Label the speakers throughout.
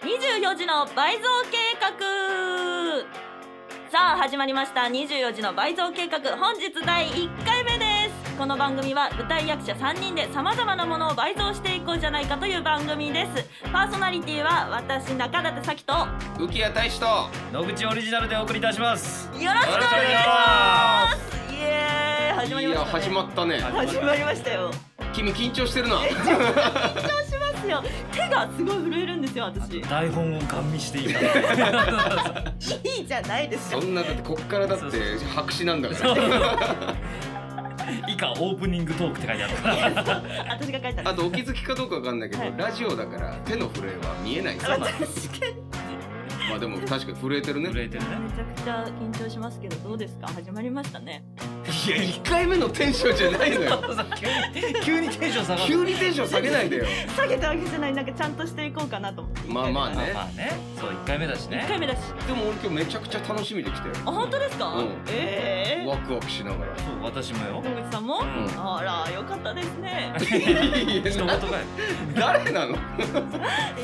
Speaker 1: 24時の倍増計画さあ始まりました24時の倍増計画本日第1回目ですこの番組は舞台役者3人で様々なものを倍増していこうじゃないかという番組ですパーソナリティは私中舘咲希とよ
Speaker 2: 浮谷大使と
Speaker 3: 野口オリジナルでお送りいたします
Speaker 1: ろしくお願いしますイエーイ始まり
Speaker 2: い
Speaker 1: ま
Speaker 2: や
Speaker 1: した、ね、
Speaker 2: 始まったね
Speaker 3: は
Speaker 1: 始まりましたよ
Speaker 2: 君緊張してるな
Speaker 1: 緊張しますよ手がすごい震えるんですよ私い
Speaker 3: 台本をガン見していた
Speaker 1: いじゃないです
Speaker 2: そ
Speaker 1: か
Speaker 2: んなだってこっからだって白紙なんだか
Speaker 3: そ
Speaker 2: ら
Speaker 3: う以下オープニングトークって書いてあるから
Speaker 1: 私が書いたんです
Speaker 2: あとお気づきかどうかわかんないけど、
Speaker 1: はい
Speaker 2: ラジオだから手の震えは見えないか
Speaker 1: 確
Speaker 2: ら
Speaker 1: か
Speaker 2: ま
Speaker 1: に
Speaker 2: あでも確かに震えてるね
Speaker 3: 震えてるね
Speaker 1: めちゃくちゃ緊張しますけどどうですか始まりましたね
Speaker 2: いや1回目のテンションじゃないの よ
Speaker 3: 急にテンション下がる
Speaker 2: 急にテンション下げないでよ
Speaker 1: 下げたわけじゃないなんかちゃんとしていこうかなと思って
Speaker 2: まあまあね
Speaker 3: まあねそう一回目だし
Speaker 1: 1
Speaker 3: ね
Speaker 1: 回目だし
Speaker 2: でも俺今日めちゃくちゃ楽しみできたよ
Speaker 1: あ本当ですか、
Speaker 2: うん
Speaker 1: ええ
Speaker 2: ワクワクしながら
Speaker 3: そう私もよ
Speaker 1: 野口さんも、
Speaker 3: ん
Speaker 1: あらよかったですね
Speaker 2: い
Speaker 3: 人
Speaker 2: や
Speaker 3: 事が
Speaker 2: な
Speaker 3: よ
Speaker 2: 誰なの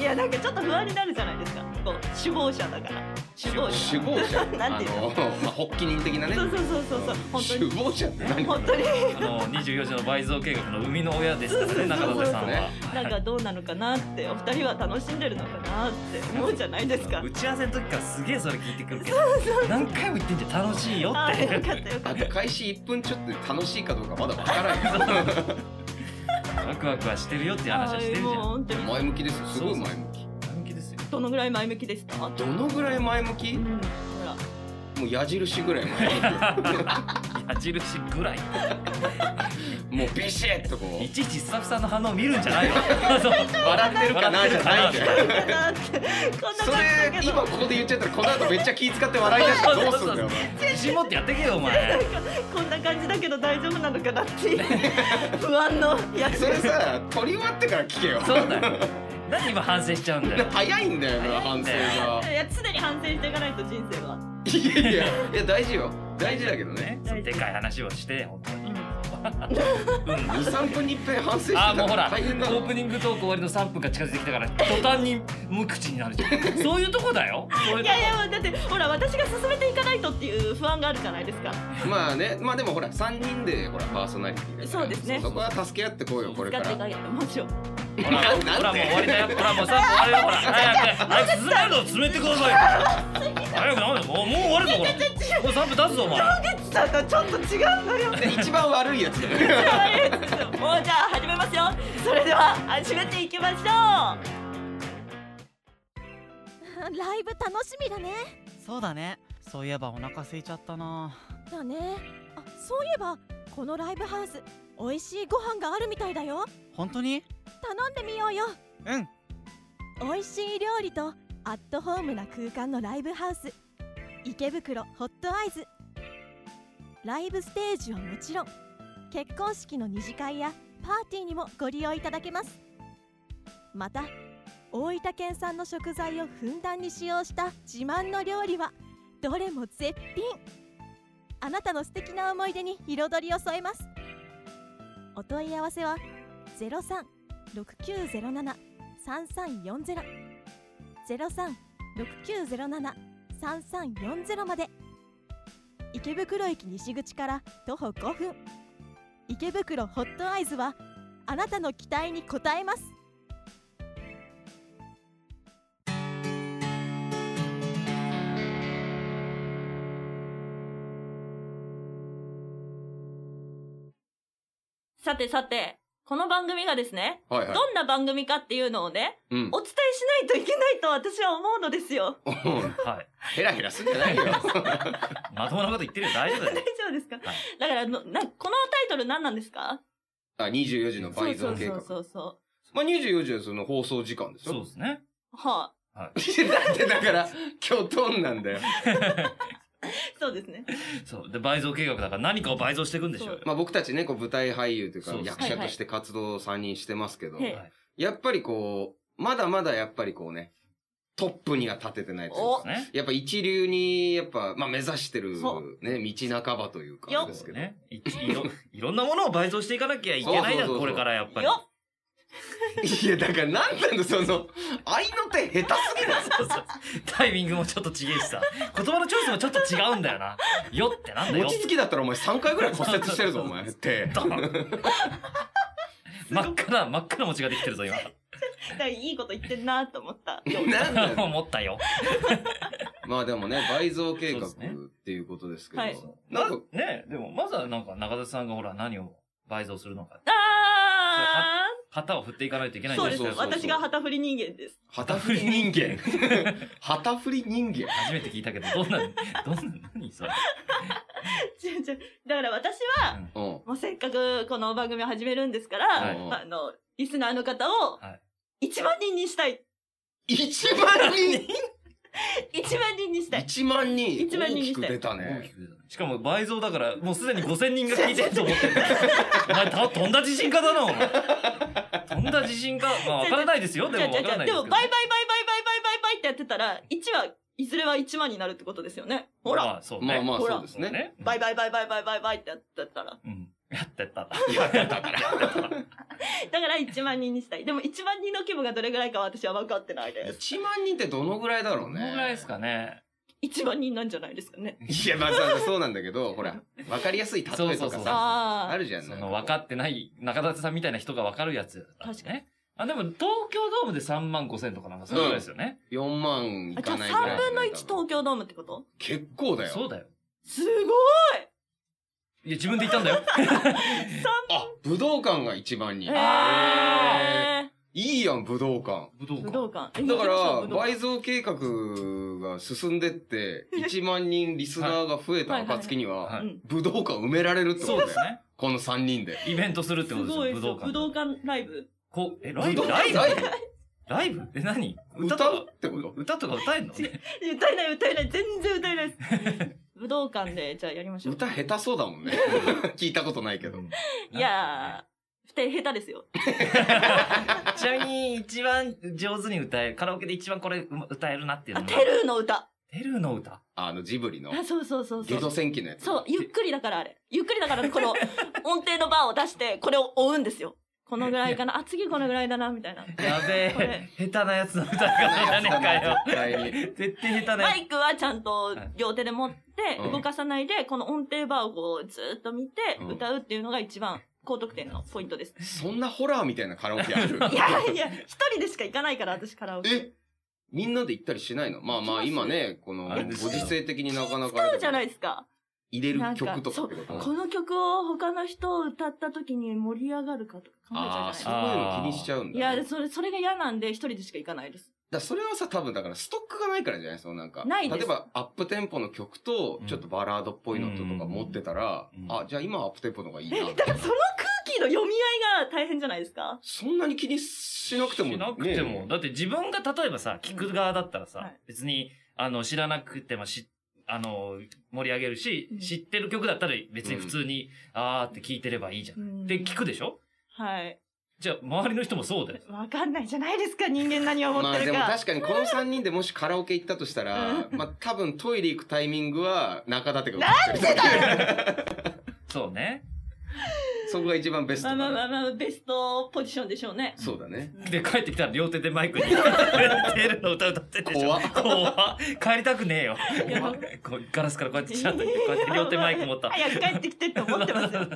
Speaker 1: いやなんかちょっと不安になるじゃないですかこう首謀者だから首謀者
Speaker 2: 首謀者
Speaker 1: なんていうの
Speaker 2: あのまあ発起人的なね
Speaker 1: そうそうそうそうそう本当
Speaker 2: 首
Speaker 1: に
Speaker 2: 謀者って何
Speaker 1: 本当に
Speaker 3: あの24時の倍増計画の生みの親ですからね中舘さんは
Speaker 1: なんかどうなのかなってお二人は楽しんでるのかなって思うじゃないですか
Speaker 3: 打ち合わせの時からすげえそれ聞いてくるけど何回も言ってんじゃん楽しいよ
Speaker 1: あ
Speaker 3: っ
Speaker 1: ーよ
Speaker 3: て
Speaker 1: かったよか
Speaker 2: あ
Speaker 1: っ
Speaker 2: と
Speaker 1: た
Speaker 2: 開始1分ちょっとで楽しいかどうかまだわからないよ
Speaker 3: ワクワクはしてるよって話はしてるじゃ
Speaker 1: はいもうん本当に
Speaker 2: 前向きですよすごい前向き
Speaker 3: 本気ですよ
Speaker 1: どのぐらい前向きですか
Speaker 2: どのぐらい前向き
Speaker 1: う
Speaker 2: も
Speaker 1: んほら
Speaker 2: う矢印ぐらい前向
Speaker 3: 矢印ぐらい
Speaker 2: きもうビシッとこ
Speaker 3: いうちいちスタッフさんの反応見るんじゃないよ
Speaker 2: 笑ってるかなじゃないんだよ
Speaker 1: だなってこんな
Speaker 2: そ
Speaker 1: 感じだけ
Speaker 2: れ
Speaker 1: ど
Speaker 2: 今ここで言っちゃったらこの後めっちゃ気使って笑い出したらどうすんだよお前
Speaker 3: 自信持ってやってけよお前
Speaker 1: こんな感じだけど大丈夫なのかなっていう不安のやつ
Speaker 2: それさ撮り終わってから聞けよ
Speaker 3: そうだよ何今反省しちゃうんだよ
Speaker 2: 早いんだよな
Speaker 3: 早い
Speaker 2: 反
Speaker 3: ん
Speaker 2: 省
Speaker 3: だよ
Speaker 2: が
Speaker 1: いや常に反省していかないと人生は、
Speaker 2: いやいやいや大事よ大事だけどね
Speaker 3: ねそうでかい話をして本当にうん
Speaker 2: 23分に一遍反省して
Speaker 3: あー
Speaker 2: た
Speaker 3: もうほ
Speaker 2: ら
Speaker 3: らオ
Speaker 2: 大変だ
Speaker 3: ープニングトーク終わりの3分が近づいてきたから途端に無口になるじゃんそういうとこだよそう
Speaker 1: い
Speaker 3: いうとこ
Speaker 1: やいやもうだってほら私が進めていかないとっていう不安があるじゃないですか
Speaker 2: まあねまあでもほら3人でほらパーソナリティだから
Speaker 1: そうですね
Speaker 2: そこは助け合ってこうよこれか
Speaker 1: 使
Speaker 2: ら
Speaker 1: っていかないもちろん
Speaker 3: ほら
Speaker 2: なんで
Speaker 3: ほらもう終わりだよほらもう3分終わりだよほら早く早く進めるの進めてください早くなんだもうもう終わるぞこれもう3分経つぞお前
Speaker 1: ちょっとちょっと違うのよ
Speaker 2: で一番悪いやつだよ ね
Speaker 1: もうじゃあ始めますよそれでは始めていきましょう
Speaker 4: ライブ楽しみだね
Speaker 5: そうだねそういえばお腹空いちゃったな
Speaker 4: だねあそういえばこのライブハウス美味しいご飯があるみたいだよ
Speaker 5: 本当に
Speaker 4: 頼んでみようよ
Speaker 5: うん
Speaker 4: 美味しい料理とアットホームな空間のライブハウス池袋ホットアイズライブステージはもちろん結婚式の二次会やパーティーにもご利用いただけますまた大分県産の食材をふんだんに使用した自慢の料理はどれも絶品あなたの素敵な思い出に彩りを添えますお問い合わせは036907 3340 03-6907-3340まで池袋駅西口から徒歩5分池袋ホットアイズはあなたの期待に応えます
Speaker 1: さてさてこの番組がですね
Speaker 2: はいはい
Speaker 1: どんな番組かっていうのをね
Speaker 2: うん
Speaker 1: お伝えしないといけないと私は思うのですよ
Speaker 3: はい
Speaker 2: ヘラヘラすんじゃないよ
Speaker 3: まともなこと言ってるよ大丈夫だ
Speaker 1: 大
Speaker 3: よ
Speaker 1: 丈夫ですか、
Speaker 3: はい
Speaker 1: だからのなこのタイトル何なんですか
Speaker 2: あ24時の倍
Speaker 1: そ
Speaker 2: 増
Speaker 1: う
Speaker 2: 計
Speaker 1: そ
Speaker 2: 画
Speaker 1: うそうそう
Speaker 2: まあ24時はその放送時間でし
Speaker 3: そう
Speaker 2: ょ
Speaker 3: ですね
Speaker 1: は
Speaker 3: は い
Speaker 2: だってだから今日どんなんだよ
Speaker 1: あ、そうですね。
Speaker 3: そうで倍増計画だから何かを倍増していくんでしょうよ
Speaker 2: まあ僕たちねこう舞台俳優というか
Speaker 3: そうそう
Speaker 2: 役者として活動を3人してますけど
Speaker 1: はい
Speaker 3: はい
Speaker 2: やっぱりこうまだまだやっぱりこうねトップには立ててないというか
Speaker 1: お
Speaker 3: ね
Speaker 2: やっぱ一流に、やっぱ、まあ目指してる
Speaker 1: そ、
Speaker 2: ね、道半ばというか、
Speaker 1: よ
Speaker 2: あれですけど。
Speaker 3: ねいいろいろんなものを倍増していかなきゃいけな
Speaker 2: そうそ
Speaker 3: い
Speaker 2: う
Speaker 3: な
Speaker 2: そうそう
Speaker 3: これからやっぱり
Speaker 1: よ
Speaker 2: いや、だからなんなの その、愛の手下手すぎない
Speaker 3: そうそう タイミングもちょっと違えしさ言葉のチョイスもちょっと違うんだよな「よ」ってなんだよ
Speaker 2: 餅つきだったらお前3回ぐらい骨折してるぞ、お前って。
Speaker 3: ドン真っ赤な真っ赤な餅ができてるぞ今
Speaker 1: だからいいこと言ってんなと思った。
Speaker 2: なんだよ。
Speaker 3: 思ったよ
Speaker 2: まあでもね、倍増計画
Speaker 3: そう
Speaker 2: っ
Speaker 3: ですね
Speaker 2: ていうことですけど。
Speaker 1: はい
Speaker 2: なんか、
Speaker 3: ねでもまずはなんか中田さんがほら何を倍増するのか
Speaker 1: あ
Speaker 3: 旗を振っていかないといけ
Speaker 1: ー
Speaker 3: ないん
Speaker 1: そう
Speaker 3: で
Speaker 1: ですす
Speaker 3: け
Speaker 2: そう
Speaker 3: ど
Speaker 2: そうそ
Speaker 1: 私
Speaker 2: う
Speaker 1: が旗振り人間です。
Speaker 2: 旗振 り人間。旗振り人間。
Speaker 3: 初めて聞いたけどどんなどんな何それ、
Speaker 1: 違う違うだから私
Speaker 3: う
Speaker 1: は、
Speaker 3: ん
Speaker 2: うん。
Speaker 1: もうせっかくこの番組を始めるんですから、
Speaker 3: はい
Speaker 1: あの、リスナーの方を
Speaker 3: は、
Speaker 1: 1万人にしたい。
Speaker 2: 1万 人
Speaker 1: 1万人にしたい。
Speaker 2: 1万人
Speaker 1: 1万人
Speaker 2: 大
Speaker 1: に
Speaker 2: き
Speaker 1: して
Speaker 2: く出た
Speaker 3: 大き
Speaker 2: ね。
Speaker 3: く出たねしかも倍増だからもうすでに5000人が聞いてると思ってる お前たとんだ自信家だなお前とんだ自信家まあわからないですよで
Speaker 1: じゃあ
Speaker 3: も
Speaker 1: じゃ
Speaker 3: わ
Speaker 1: あ
Speaker 3: か
Speaker 1: じゃあで
Speaker 3: らないで
Speaker 1: も、
Speaker 3: す
Speaker 1: バ
Speaker 3: け
Speaker 1: イバイバ
Speaker 3: ど
Speaker 1: イバイバイバイバイバイってやってたら、1はいずれは1万になるってことですよね。ほら、
Speaker 3: まあそうね
Speaker 2: まあまあ
Speaker 1: ほら
Speaker 2: そうですね。
Speaker 3: ね
Speaker 1: バイバイバイバイバイバイバイってやってたら。
Speaker 3: うんやってた
Speaker 1: だ から1万人にしたい。でも1万人の規模がどれぐらいかは私は分かってないです。
Speaker 2: 1万人ってどのぐらいだろう
Speaker 3: ど
Speaker 2: ね。
Speaker 3: のぐらいですかね
Speaker 1: 1万人なんじゃないですかね。
Speaker 2: いや、まあそうそうなんだけど、ほら、わかりやすい例え
Speaker 3: そ
Speaker 2: と
Speaker 3: うそ
Speaker 2: か
Speaker 3: うそう
Speaker 2: さ、
Speaker 1: あ
Speaker 2: あ
Speaker 1: あ。
Speaker 2: るじゃん。
Speaker 3: そ
Speaker 2: なんか
Speaker 3: の分かってない中田さんみたいな人が分かるやつ、
Speaker 1: 確か
Speaker 3: にあでも東京ドームで3万5千とかなんかそういうことですよね、
Speaker 2: 4万い
Speaker 1: じゃ
Speaker 2: か
Speaker 1: あ
Speaker 2: ないぐらい
Speaker 1: 3
Speaker 2: だね。
Speaker 1: 分の1
Speaker 2: 多分
Speaker 1: 東京ドームってこと
Speaker 2: 結構だ
Speaker 3: そ
Speaker 2: よ
Speaker 3: う。だよ
Speaker 1: すごい
Speaker 3: いや自分で言ったんだよ
Speaker 2: あ、武道館が1万人。
Speaker 1: えー
Speaker 2: いいやん、武道館。
Speaker 3: 武道館
Speaker 1: 武道館。
Speaker 2: だか
Speaker 1: 武
Speaker 2: ら、
Speaker 1: 道館
Speaker 2: 倍増計画が進ん でって、1万人リスナーが増えた暁に
Speaker 3: はい
Speaker 2: は
Speaker 3: は、
Speaker 1: うん
Speaker 2: 武道館埋められるってこ
Speaker 3: そう
Speaker 2: と
Speaker 3: で
Speaker 2: だ
Speaker 3: す
Speaker 2: よ。
Speaker 3: ね
Speaker 2: この3人で。
Speaker 3: イベントするって
Speaker 1: す
Speaker 3: ことですよ
Speaker 1: ごい
Speaker 3: 武
Speaker 1: 武
Speaker 3: 道
Speaker 1: 道
Speaker 3: 館
Speaker 1: 館。武道館ライブ。
Speaker 3: こうえライ
Speaker 2: 武
Speaker 3: ブ
Speaker 2: 道
Speaker 3: ライ
Speaker 2: 館ライ
Speaker 3: ブ
Speaker 2: ブ
Speaker 3: ライブえ何
Speaker 2: 歌
Speaker 3: とか
Speaker 2: うってこと
Speaker 3: 歌とか歌えんの
Speaker 1: 歌えない歌えない。全然歌えないです。武道館で、じゃあやりま しょう。
Speaker 2: 歌下手そうだも んね。聞いたことないけど。
Speaker 1: いやー、二人下手ですよ。
Speaker 3: ーちなみに一番上手に歌えカラオケで一番これうま歌えるなっていう
Speaker 1: あ、
Speaker 3: の
Speaker 1: テルーの歌。
Speaker 3: テルの歌
Speaker 2: あの、ジブリの、
Speaker 1: あ、そうそうそうそ
Speaker 2: ゲド
Speaker 1: う。
Speaker 2: 戦記のやつ。
Speaker 1: そう、ゆっくりだからあれ。ゆっくりだから、この音程のバーを出して、これを追うんですよ。このぐらいかな。あ、次このぐらいだな、みたいな。
Speaker 3: やべ
Speaker 1: これ
Speaker 3: え下手なやつの歌がねえかよ
Speaker 2: 絶対に。
Speaker 3: 絶対下手なや
Speaker 1: マイクはちゃんと両手で持って
Speaker 2: うん
Speaker 1: 動かさないで、この音程バーをこうずーっと見て
Speaker 2: うん
Speaker 1: 歌うっていうのが一番高得点のポイントです。
Speaker 2: そんなホラーみ たいなカラオケあ る
Speaker 1: いやいや、一人でしか行かないから私カラオケ。
Speaker 2: えみんなで行ったりしないのまあまあ今ね、この
Speaker 3: あれ
Speaker 2: ご
Speaker 3: ですよ
Speaker 2: 時世的になかなか
Speaker 1: 使うじゃないいですか。
Speaker 2: 入れ
Speaker 1: な
Speaker 2: る
Speaker 1: んか
Speaker 2: 曲とかってこ
Speaker 1: そう
Speaker 2: と
Speaker 1: この曲を他の人を歌った時に盛り上がるかとか考えちゃ
Speaker 2: あ
Speaker 1: う
Speaker 2: あ、
Speaker 1: じ
Speaker 2: そ
Speaker 1: ゃ
Speaker 2: う
Speaker 1: ない
Speaker 2: いうの気にしちゃうんだ。
Speaker 1: いや、それ、それが嫌なんで一人でしか行かないです。
Speaker 2: だからそれはさ、多分だからストックがないからじゃないそのなんか。
Speaker 1: ないです
Speaker 2: 例えばアップテンポの曲と
Speaker 3: う、ん
Speaker 2: ちょっとバラードっぽいのとか持ってたら、
Speaker 3: うん
Speaker 2: あ、じゃあ今アップテンポの方がいいな
Speaker 1: え、。 だからその空気の読み合いが大変じゃないですか。
Speaker 2: そんなに気にしなくても。
Speaker 3: しなくても
Speaker 2: ね。
Speaker 3: だって自分が例えばさ聞く側だったらさ、
Speaker 1: はい
Speaker 3: 別にあの知らなくてもしあの盛り上げるし、
Speaker 1: うん
Speaker 3: 知ってる曲だったら別に普通に、あーって聞いてればいいじゃん。で聞くでしょ
Speaker 1: はい。
Speaker 3: じゃあ周りの人もそうだよ。
Speaker 1: わかんないじゃないですか、人間何を思
Speaker 2: ま
Speaker 1: っ
Speaker 2: あ
Speaker 1: て
Speaker 2: で
Speaker 1: る
Speaker 2: も
Speaker 1: か。
Speaker 2: 確かにこの3人でもしカラオケ行ったとしたら、まあ多分トイレ行くタイミングは中立てが歌ってる。
Speaker 3: そうね。
Speaker 2: そこが一番ベスト
Speaker 1: まあ
Speaker 2: だ
Speaker 1: まあま
Speaker 2: な。
Speaker 1: あまあ、ベストポジションでしょうね。
Speaker 2: そうだね。
Speaker 3: で帰ってきたら両手でマイクにテルの歌歌ってるでしょ。
Speaker 2: 怖っ
Speaker 3: 怖っ帰りたくねえよ
Speaker 1: や。
Speaker 3: こうガラスからこうやって来ちゃったけどこうやって両手マイク持った。
Speaker 1: 早く帰ってきてって思ってます よ。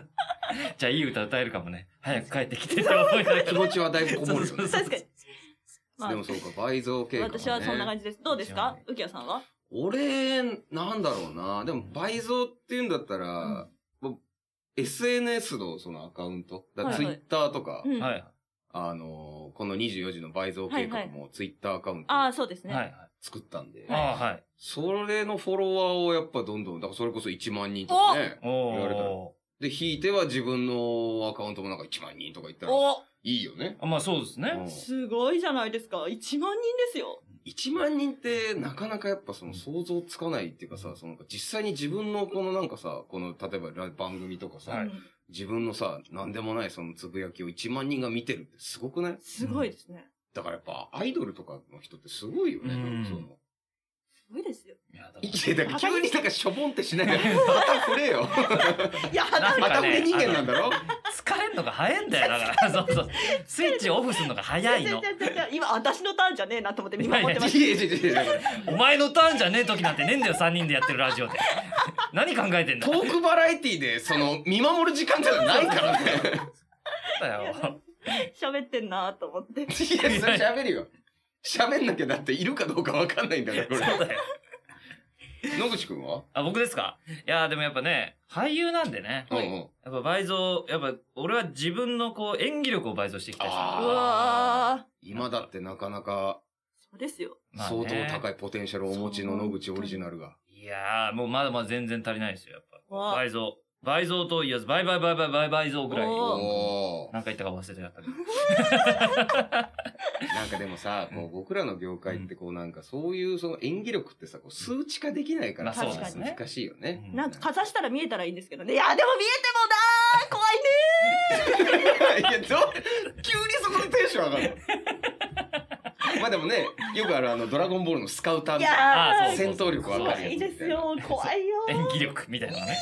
Speaker 3: じゃあいい歌歌えるかもね。早く帰ってきてって思いながら
Speaker 2: 気持ちはだいぶこもるよね。
Speaker 1: 確か に。まあ
Speaker 2: でもそうか、倍増計画、ね。
Speaker 1: 私はそんな感じです。どうですか
Speaker 3: じゃ
Speaker 1: ウキヤさんは
Speaker 2: 俺、なんだろうな。でも倍増っていうんだったら、もう SNS のそのアカウント、だ
Speaker 1: はいは
Speaker 2: ツ
Speaker 1: い
Speaker 2: イッターとか、
Speaker 1: うん。
Speaker 3: は
Speaker 1: あ
Speaker 3: い
Speaker 2: あのーこの24時の倍増計画もツイッターアカウント
Speaker 1: あ、そうです
Speaker 3: は
Speaker 1: ね。
Speaker 3: い。
Speaker 2: 作ったんで、
Speaker 3: ああはい。
Speaker 2: それのフォロワーをやっぱどんどん、だからそれこそ1万人とかね。
Speaker 3: お
Speaker 2: 言われたら
Speaker 3: お。
Speaker 2: で、引いては自分のアカウントもなんか1万人とか言ったら、い
Speaker 1: お
Speaker 2: いよね。
Speaker 3: あまあそうです
Speaker 2: うん
Speaker 3: ね。
Speaker 1: すごいじゃないですか。1万人ですよ。
Speaker 2: 1万人ってなかなかやっぱその想像つかないっていうかさ、その実際に自分のこのなんかさ、この例えばラ番組とかさ、
Speaker 3: は
Speaker 1: う
Speaker 3: い
Speaker 1: ん
Speaker 2: 自分のさ、なんでもないそのつぶやきを1万人が見てるってすごくない
Speaker 1: すごいですね。
Speaker 2: だからやっぱアイドルとかの人ってすごいよね。
Speaker 3: うん
Speaker 2: その
Speaker 1: ごいですよ。
Speaker 3: いやだから
Speaker 2: いや、だから急になんかしょぼんってしないで、旗振れよ。
Speaker 1: いや、
Speaker 3: なんか
Speaker 2: 旗振
Speaker 3: ね
Speaker 2: り人間なんだろ
Speaker 3: 疲れんのが早いんだよだ からそうそうスイッチオフするのが早いの
Speaker 1: 違う違う違う違う今、私のターンじゃねえなと 思って見守ってま
Speaker 2: い
Speaker 1: し
Speaker 2: やいやいやいや
Speaker 3: お前のターンじゃねえ時なんてねえんだよ3人でやってるラジオで 何考えてんだ
Speaker 2: トークバラエティで、その、見守る時間じゃないからね。
Speaker 3: だ よ
Speaker 1: た。喋ってんなと思って。
Speaker 2: いや、それ喋るよ。喋んなきゃだっているかどうかわかんないんだから、こ
Speaker 3: そう
Speaker 2: れ。
Speaker 3: だよ
Speaker 2: 野口くんは
Speaker 3: あ僕ですかいやでもやっぱね俳優なんでね
Speaker 2: うんうん。
Speaker 3: やっぱ倍増やっぱ俺は自分のこう演技力を倍増していきたいですね
Speaker 1: う
Speaker 2: あー
Speaker 1: わー
Speaker 2: 今だってなかなか
Speaker 1: そうですよ。
Speaker 3: まあ
Speaker 2: 相
Speaker 3: ね
Speaker 2: 当高いポテンシャルをお持ちの野口オリジナルが。
Speaker 3: いやーもうまだまだ全然足りないですよやっぱ
Speaker 1: わあ
Speaker 3: 倍増倍増と言わず倍倍倍倍倍倍増ぐらい
Speaker 1: おー
Speaker 2: おー
Speaker 3: 何か言ったか忘れてやったけど
Speaker 2: なんかでもさ、もう僕らの業界ってこうなんかそういうその演技力ってさ、こう数値化できないから
Speaker 3: まあ
Speaker 2: さ、
Speaker 1: そうです
Speaker 3: ね
Speaker 2: 難しいよね。
Speaker 1: なんかかざしたら見えたらいいんですけどね。いや、でも見えてもなー怖いね
Speaker 2: いや、どう、急にそこでテンション上が るのまあでもね、よくあるあの、ドラゴンボールのスカウター
Speaker 1: い
Speaker 2: みたいな
Speaker 3: あ
Speaker 1: や
Speaker 3: ー
Speaker 1: ー
Speaker 3: そう
Speaker 2: 戦闘力わか
Speaker 1: 怖
Speaker 2: るやつ
Speaker 1: い
Speaker 2: みた
Speaker 1: ですよ。怖いよー。
Speaker 3: 演技力みたいなのがね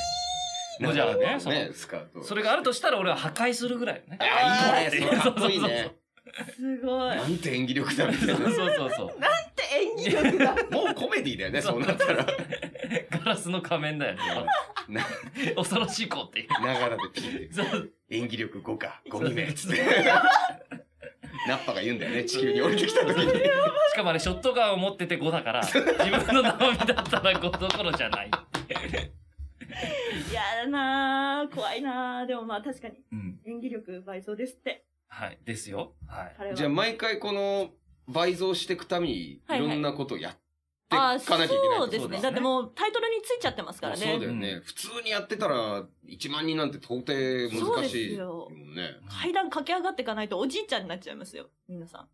Speaker 2: な
Speaker 3: もじゃあねその
Speaker 2: ね、スカウト。
Speaker 3: それがあるとしたら俺は破壊するぐらいよね
Speaker 2: いや、いいね。それかっこいい
Speaker 3: そうそうそう
Speaker 2: ね。
Speaker 1: すご い。な
Speaker 2: なんんて演技力だみたいな。
Speaker 3: そう
Speaker 2: も
Speaker 3: そうそうそう。
Speaker 1: て演技力だ。
Speaker 2: うコメディだよね、そうなったら。
Speaker 3: ガラスの仮面だよね。
Speaker 2: な
Speaker 3: 恐ろしい子っていう。
Speaker 2: ながらでピッて。
Speaker 3: そう
Speaker 2: 演技力5か、5に目っつって。ナッパが言うんだよね、地球に降りてきた時に。
Speaker 3: しかもあれ、ショットガンを持ってて5だから、自分の生身だったら5どころじゃない。
Speaker 1: いやだなー怖いなーでもまあ確かに
Speaker 3: うん。
Speaker 1: 演技力倍増ですって。
Speaker 3: はい。ですよ。はい。
Speaker 1: 彼は。
Speaker 2: じゃあ毎回この倍増していくために、い
Speaker 1: はいは
Speaker 2: ろ
Speaker 1: い
Speaker 2: んなことをやってい
Speaker 1: あー
Speaker 2: かなきゃいけない
Speaker 1: そう
Speaker 2: っ
Speaker 1: で
Speaker 2: てこ
Speaker 1: す
Speaker 2: と
Speaker 1: ね。
Speaker 3: ね
Speaker 1: だってもうタイトルについちゃってますから
Speaker 2: そうだ
Speaker 1: ね。
Speaker 2: よね、
Speaker 3: うん
Speaker 2: 普通にやってたら1万人なんて到底難しいもんね
Speaker 1: 階段駆け上がっていかないとおじいちゃんになっちゃいますよ。皆さん。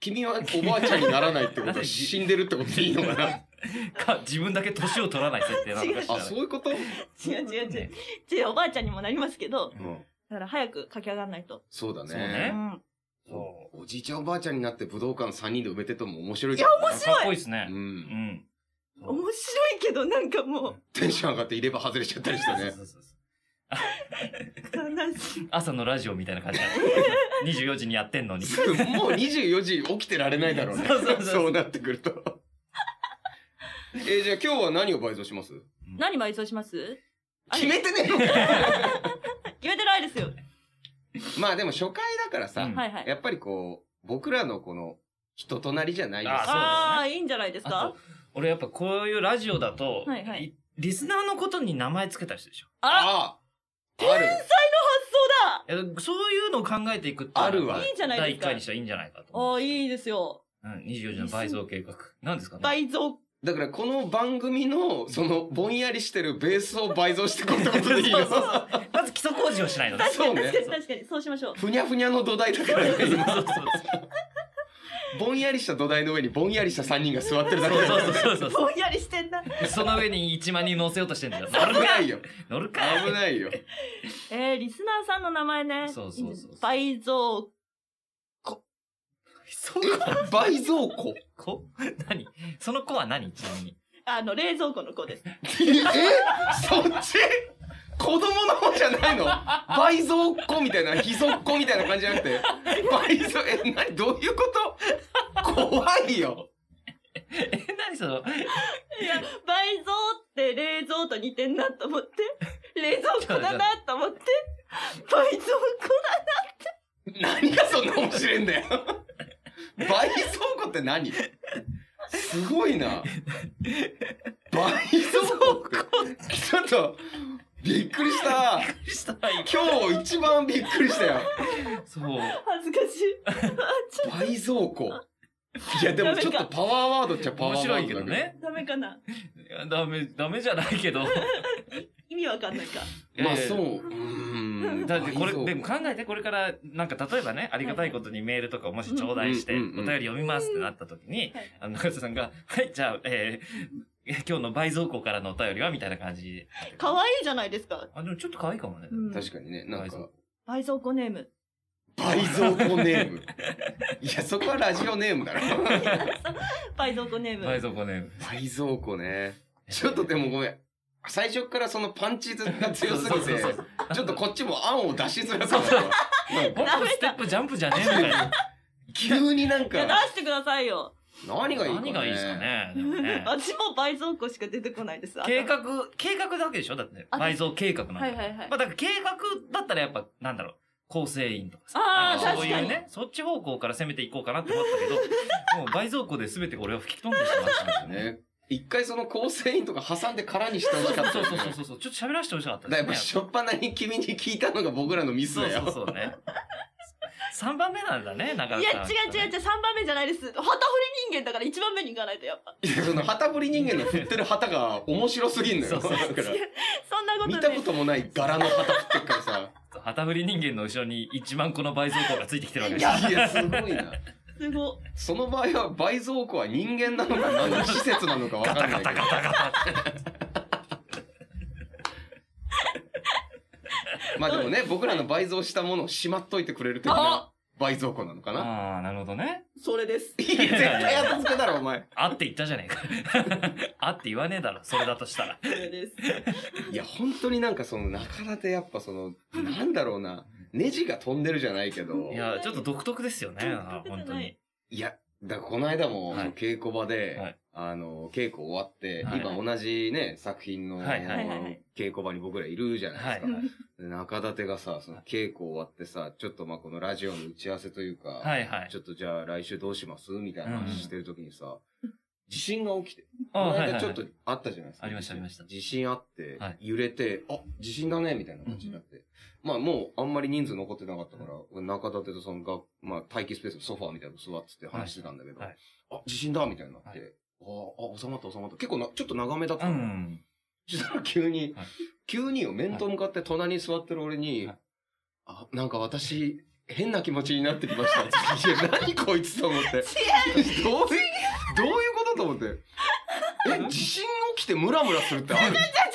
Speaker 2: 君はおばあちゃんにならないってこと
Speaker 3: な
Speaker 2: は
Speaker 3: ぜ
Speaker 2: 死んでるってことでいいのかな
Speaker 3: か、自分だけ年を取らない設定なのかしら
Speaker 2: あそういうこと、
Speaker 1: 違う違う違う。違う、おばあちゃんにもなりますけど、
Speaker 2: うん、
Speaker 1: だから早く駆け上がらないと。
Speaker 2: そうだね
Speaker 3: そう
Speaker 1: う
Speaker 3: ねえ
Speaker 1: ん。
Speaker 3: そ
Speaker 2: おじいちゃんおばあちゃんになって武道館3人で埋めてても面白いけ
Speaker 3: う。面白い。かっこいいですね
Speaker 2: う。、
Speaker 3: うんん。
Speaker 1: 面白いけど、なんかも
Speaker 2: テンション上がって入れ歯外れちゃったりして
Speaker 3: そう
Speaker 2: ね
Speaker 3: そうそうそう
Speaker 1: う、悲しい。
Speaker 3: 朝のラジオみたいな感じだね24時にやってんの に。
Speaker 2: もう24時起きてられないだろうね
Speaker 3: そうそうそう
Speaker 2: そうなってくるとえーじゃあ今日は何を倍増します
Speaker 1: 何倍増しますあれ
Speaker 2: 決めてねえの
Speaker 1: 決めてないですよ。
Speaker 2: まあでも初回だからさ、
Speaker 3: うん
Speaker 1: はいはい。
Speaker 2: やっぱりこう、僕らのこの人となりじゃないです
Speaker 3: あそうですね
Speaker 1: ああ、いいんじゃないです
Speaker 3: あ
Speaker 1: か
Speaker 3: と、俺やっぱこういうラジオだと、
Speaker 1: はいはい
Speaker 3: リスナーのことに名前つけたりするでしょ。
Speaker 1: あ
Speaker 2: あある。
Speaker 1: そう
Speaker 3: いやそういうのを考えていくっていうのが
Speaker 2: あるわ
Speaker 1: いいじゃないですか
Speaker 3: 第1回にしたらいいんじゃないかと
Speaker 1: だあ
Speaker 3: 思う。
Speaker 1: あ、いいですよ。
Speaker 3: うん、24時の倍増計画。何ですかね
Speaker 1: 倍増。
Speaker 2: だからこの番組の、その、ぼんやりしてるベースを倍増していくってことでいいよ。
Speaker 3: そうそうそうまず基礎工事をしないのね。
Speaker 2: 確かに
Speaker 1: 確かに
Speaker 3: そう
Speaker 1: 確かに、そうしましょう。
Speaker 2: ふにゃふにゃの土台だからね、今
Speaker 3: そうそう
Speaker 2: ぼんやりした土台の上にぼんやりした3人が座ってるだけ
Speaker 3: そう
Speaker 2: だ
Speaker 3: そ
Speaker 2: よ
Speaker 3: うそうそうそうそ
Speaker 1: ぼんやりしてんな。
Speaker 3: う。その上に1万人乗せようとしてんだよ。乗る
Speaker 2: 危
Speaker 3: か
Speaker 2: ないよ。
Speaker 3: 乗るか
Speaker 2: 危ないよ。
Speaker 1: えー、リスナーさんの名前ね。
Speaker 3: そうそうそう
Speaker 1: 倍増。
Speaker 3: そう
Speaker 2: 倍増庫。
Speaker 3: 子何その子は何ちなみに。
Speaker 1: あの、冷蔵庫の子 です。
Speaker 2: えそっち子供の方じゃないの倍増っ子みたいな、ひぞっ子みたいな感じじゃなくて、倍増、え、なに、どういうこと怖いよ。
Speaker 3: え、何その、
Speaker 1: いや、倍増って冷蔵と似てんなと思 って、冷蔵庫だなと思って、倍増庫
Speaker 2: 何がそんな面白いんだよ。倍増子って何すごいな。倍増子ちょっと、びっくりした。
Speaker 3: した
Speaker 2: 今日一番びっくりしたよ。
Speaker 3: そう。
Speaker 1: だ恥ずかしい。
Speaker 2: 倍増子。いや、でもちょっとパワーワードっちゃパワー
Speaker 3: 面
Speaker 2: ワ
Speaker 3: 白い
Speaker 2: ー
Speaker 3: け
Speaker 2: ドだ
Speaker 3: どね。
Speaker 1: ダメかない
Speaker 3: やダメ、ダメじゃないけど。
Speaker 1: 意味わかんないか。
Speaker 2: まあ
Speaker 3: えー
Speaker 2: そう。うん
Speaker 3: だってこれ、
Speaker 2: 倍増
Speaker 3: でも考えて、これから、なんか例えばね、ありがたいことにメールとかをもし頂戴して、お
Speaker 2: うん
Speaker 3: 便り読みますってなった時に
Speaker 1: はい、
Speaker 3: あの、中田さんが、はい、じゃあ、えー今日の倍増校からのお便りはみたいな感じ。
Speaker 1: 可愛いじゃないですか。
Speaker 3: あ、でもちょっと可愛いかもね
Speaker 1: う。ん
Speaker 2: 確かにね、なんか、
Speaker 1: 倍増庫ネーム。
Speaker 2: 倍増庫ネーム。いや、そこはラジオネームだろ。
Speaker 1: 倍増庫ネーム。
Speaker 3: はい、そこね。
Speaker 2: 倍増庫ね。 ちょっとでもごめん。最初からそのパンチ図が強すぎ
Speaker 3: そう
Speaker 2: て
Speaker 3: そう、そう
Speaker 2: ちょっとこっちも案を出しづらそうだわなんか
Speaker 3: 本当ステップジャンプじゃねえみたいな。
Speaker 2: 急になん
Speaker 1: いや、出
Speaker 2: か、
Speaker 1: してくださいよ。
Speaker 2: 何がいいかね。
Speaker 3: 何がいいですかね。でも ね
Speaker 1: 私も倍増庫しか出てこないです。
Speaker 3: 計画、計画だけでしょだってね。
Speaker 1: あ
Speaker 3: 倍増計画なんだか
Speaker 1: はい
Speaker 3: ら。
Speaker 1: はいはい
Speaker 3: まあ。だから計画だったらやっぱ、なんだろう。構成員とかさ。
Speaker 1: あ
Speaker 2: ー
Speaker 3: なんそう
Speaker 2: 確
Speaker 3: い
Speaker 2: かに
Speaker 3: うね、そっち方向から攻めていこうかなって思ったけど、もう倍増庫で全て俺は吹き飛んでしまったんですよね。
Speaker 2: ね。一回その構成員とか挟んで空にしてほしかった
Speaker 3: そう
Speaker 2: よね
Speaker 3: そうそうそうそう。ちょっと喋らせてほしかっ
Speaker 2: だ
Speaker 3: た
Speaker 2: からやっぱ
Speaker 3: ね。
Speaker 2: 初っ端に君に聞いたのが僕らのミス
Speaker 3: そう
Speaker 2: だ
Speaker 3: そう
Speaker 2: よ。
Speaker 3: そうね。3番目なんだね、なか
Speaker 1: い
Speaker 3: なか。
Speaker 1: や、違う違う違う、3番目じゃないです。旗振り人間だから1番目に行かないと、やっぱ。
Speaker 2: いやその旗振り人間の振ってる旗が面白すぎんの
Speaker 3: そ
Speaker 2: よ。
Speaker 3: うそうそう
Speaker 2: だから
Speaker 1: そんなこと
Speaker 2: 見
Speaker 1: な
Speaker 2: た
Speaker 1: い
Speaker 2: こともない柄の旗振ってるからさ。
Speaker 3: 旗振り人間の後ろに1万個の倍増庫がついてきてるわけですよ。
Speaker 2: いや、すごいな。
Speaker 1: すご
Speaker 2: その場合は倍増庫は人間なのか何の施設なのかわか
Speaker 3: ガ
Speaker 2: んな
Speaker 3: タ
Speaker 2: いけど。
Speaker 3: ガタガタガタ。
Speaker 2: まあでもね、僕らの倍増したものをしまっといてくれる的な
Speaker 1: あ
Speaker 2: 倍増庫なのかな。
Speaker 3: ああ、なるほどね。
Speaker 1: それ です。
Speaker 2: いや、絶対後付けだろ、お前。
Speaker 3: あって言ったじゃねえか。あって言わねえだろ、それだとしたら。
Speaker 1: それです。
Speaker 2: いや、本当になんかその中田ってやっぱその、なんだろうな、ネジが飛んでるじゃないけど、
Speaker 3: い
Speaker 2: いや、
Speaker 3: や、ちょっと独特ですよね、
Speaker 1: 独特じゃない
Speaker 3: 本当に。
Speaker 2: だからこの間も、
Speaker 3: はい
Speaker 2: その稽古場で、
Speaker 3: はい
Speaker 2: あの、稽古終わって、
Speaker 3: はい
Speaker 2: 今同じね、作品の、
Speaker 3: はいはい
Speaker 1: はいはい
Speaker 2: 稽古場に僕らいるじゃない
Speaker 3: は
Speaker 2: で
Speaker 3: い
Speaker 2: すか。。で中立てがさ、その稽古終わってさ、ちょっとまあこのラジオの打ち合わせというか、
Speaker 3: はいはい
Speaker 2: ち。ょっとじゃあ来週どうしますみたいな話してるときにさ、地震が起きて、
Speaker 3: あ
Speaker 2: こ
Speaker 3: あ
Speaker 2: の
Speaker 3: はい
Speaker 2: 間
Speaker 3: はい
Speaker 2: ちょっとあったじゃないですか。
Speaker 3: ありましたありました
Speaker 2: 地震あって
Speaker 3: はい、
Speaker 2: 揺れて、あ、地震だねみたいな感じになって。まあもうあんまり人数残ってなかったから、中立てとそのが、まあ待機スペースのソファーみたいなの座ってて話してたんだけど、
Speaker 3: はい
Speaker 2: あ、地震だみたいになって、
Speaker 3: はい
Speaker 2: ああ、収まった収まった。結構な、ちょっと長めだった
Speaker 3: う
Speaker 2: の。
Speaker 3: ん。
Speaker 2: そしたら 急に、
Speaker 3: はい
Speaker 2: 急によ、面と向かって隣に座ってる俺に、
Speaker 3: はい
Speaker 2: あ、なんか私、変な気持ちになってきました。いや、何こいつと思って。どういう、どういうことと思って。え、地震起きてムラムラするってある
Speaker 1: じゃじゃブラブラ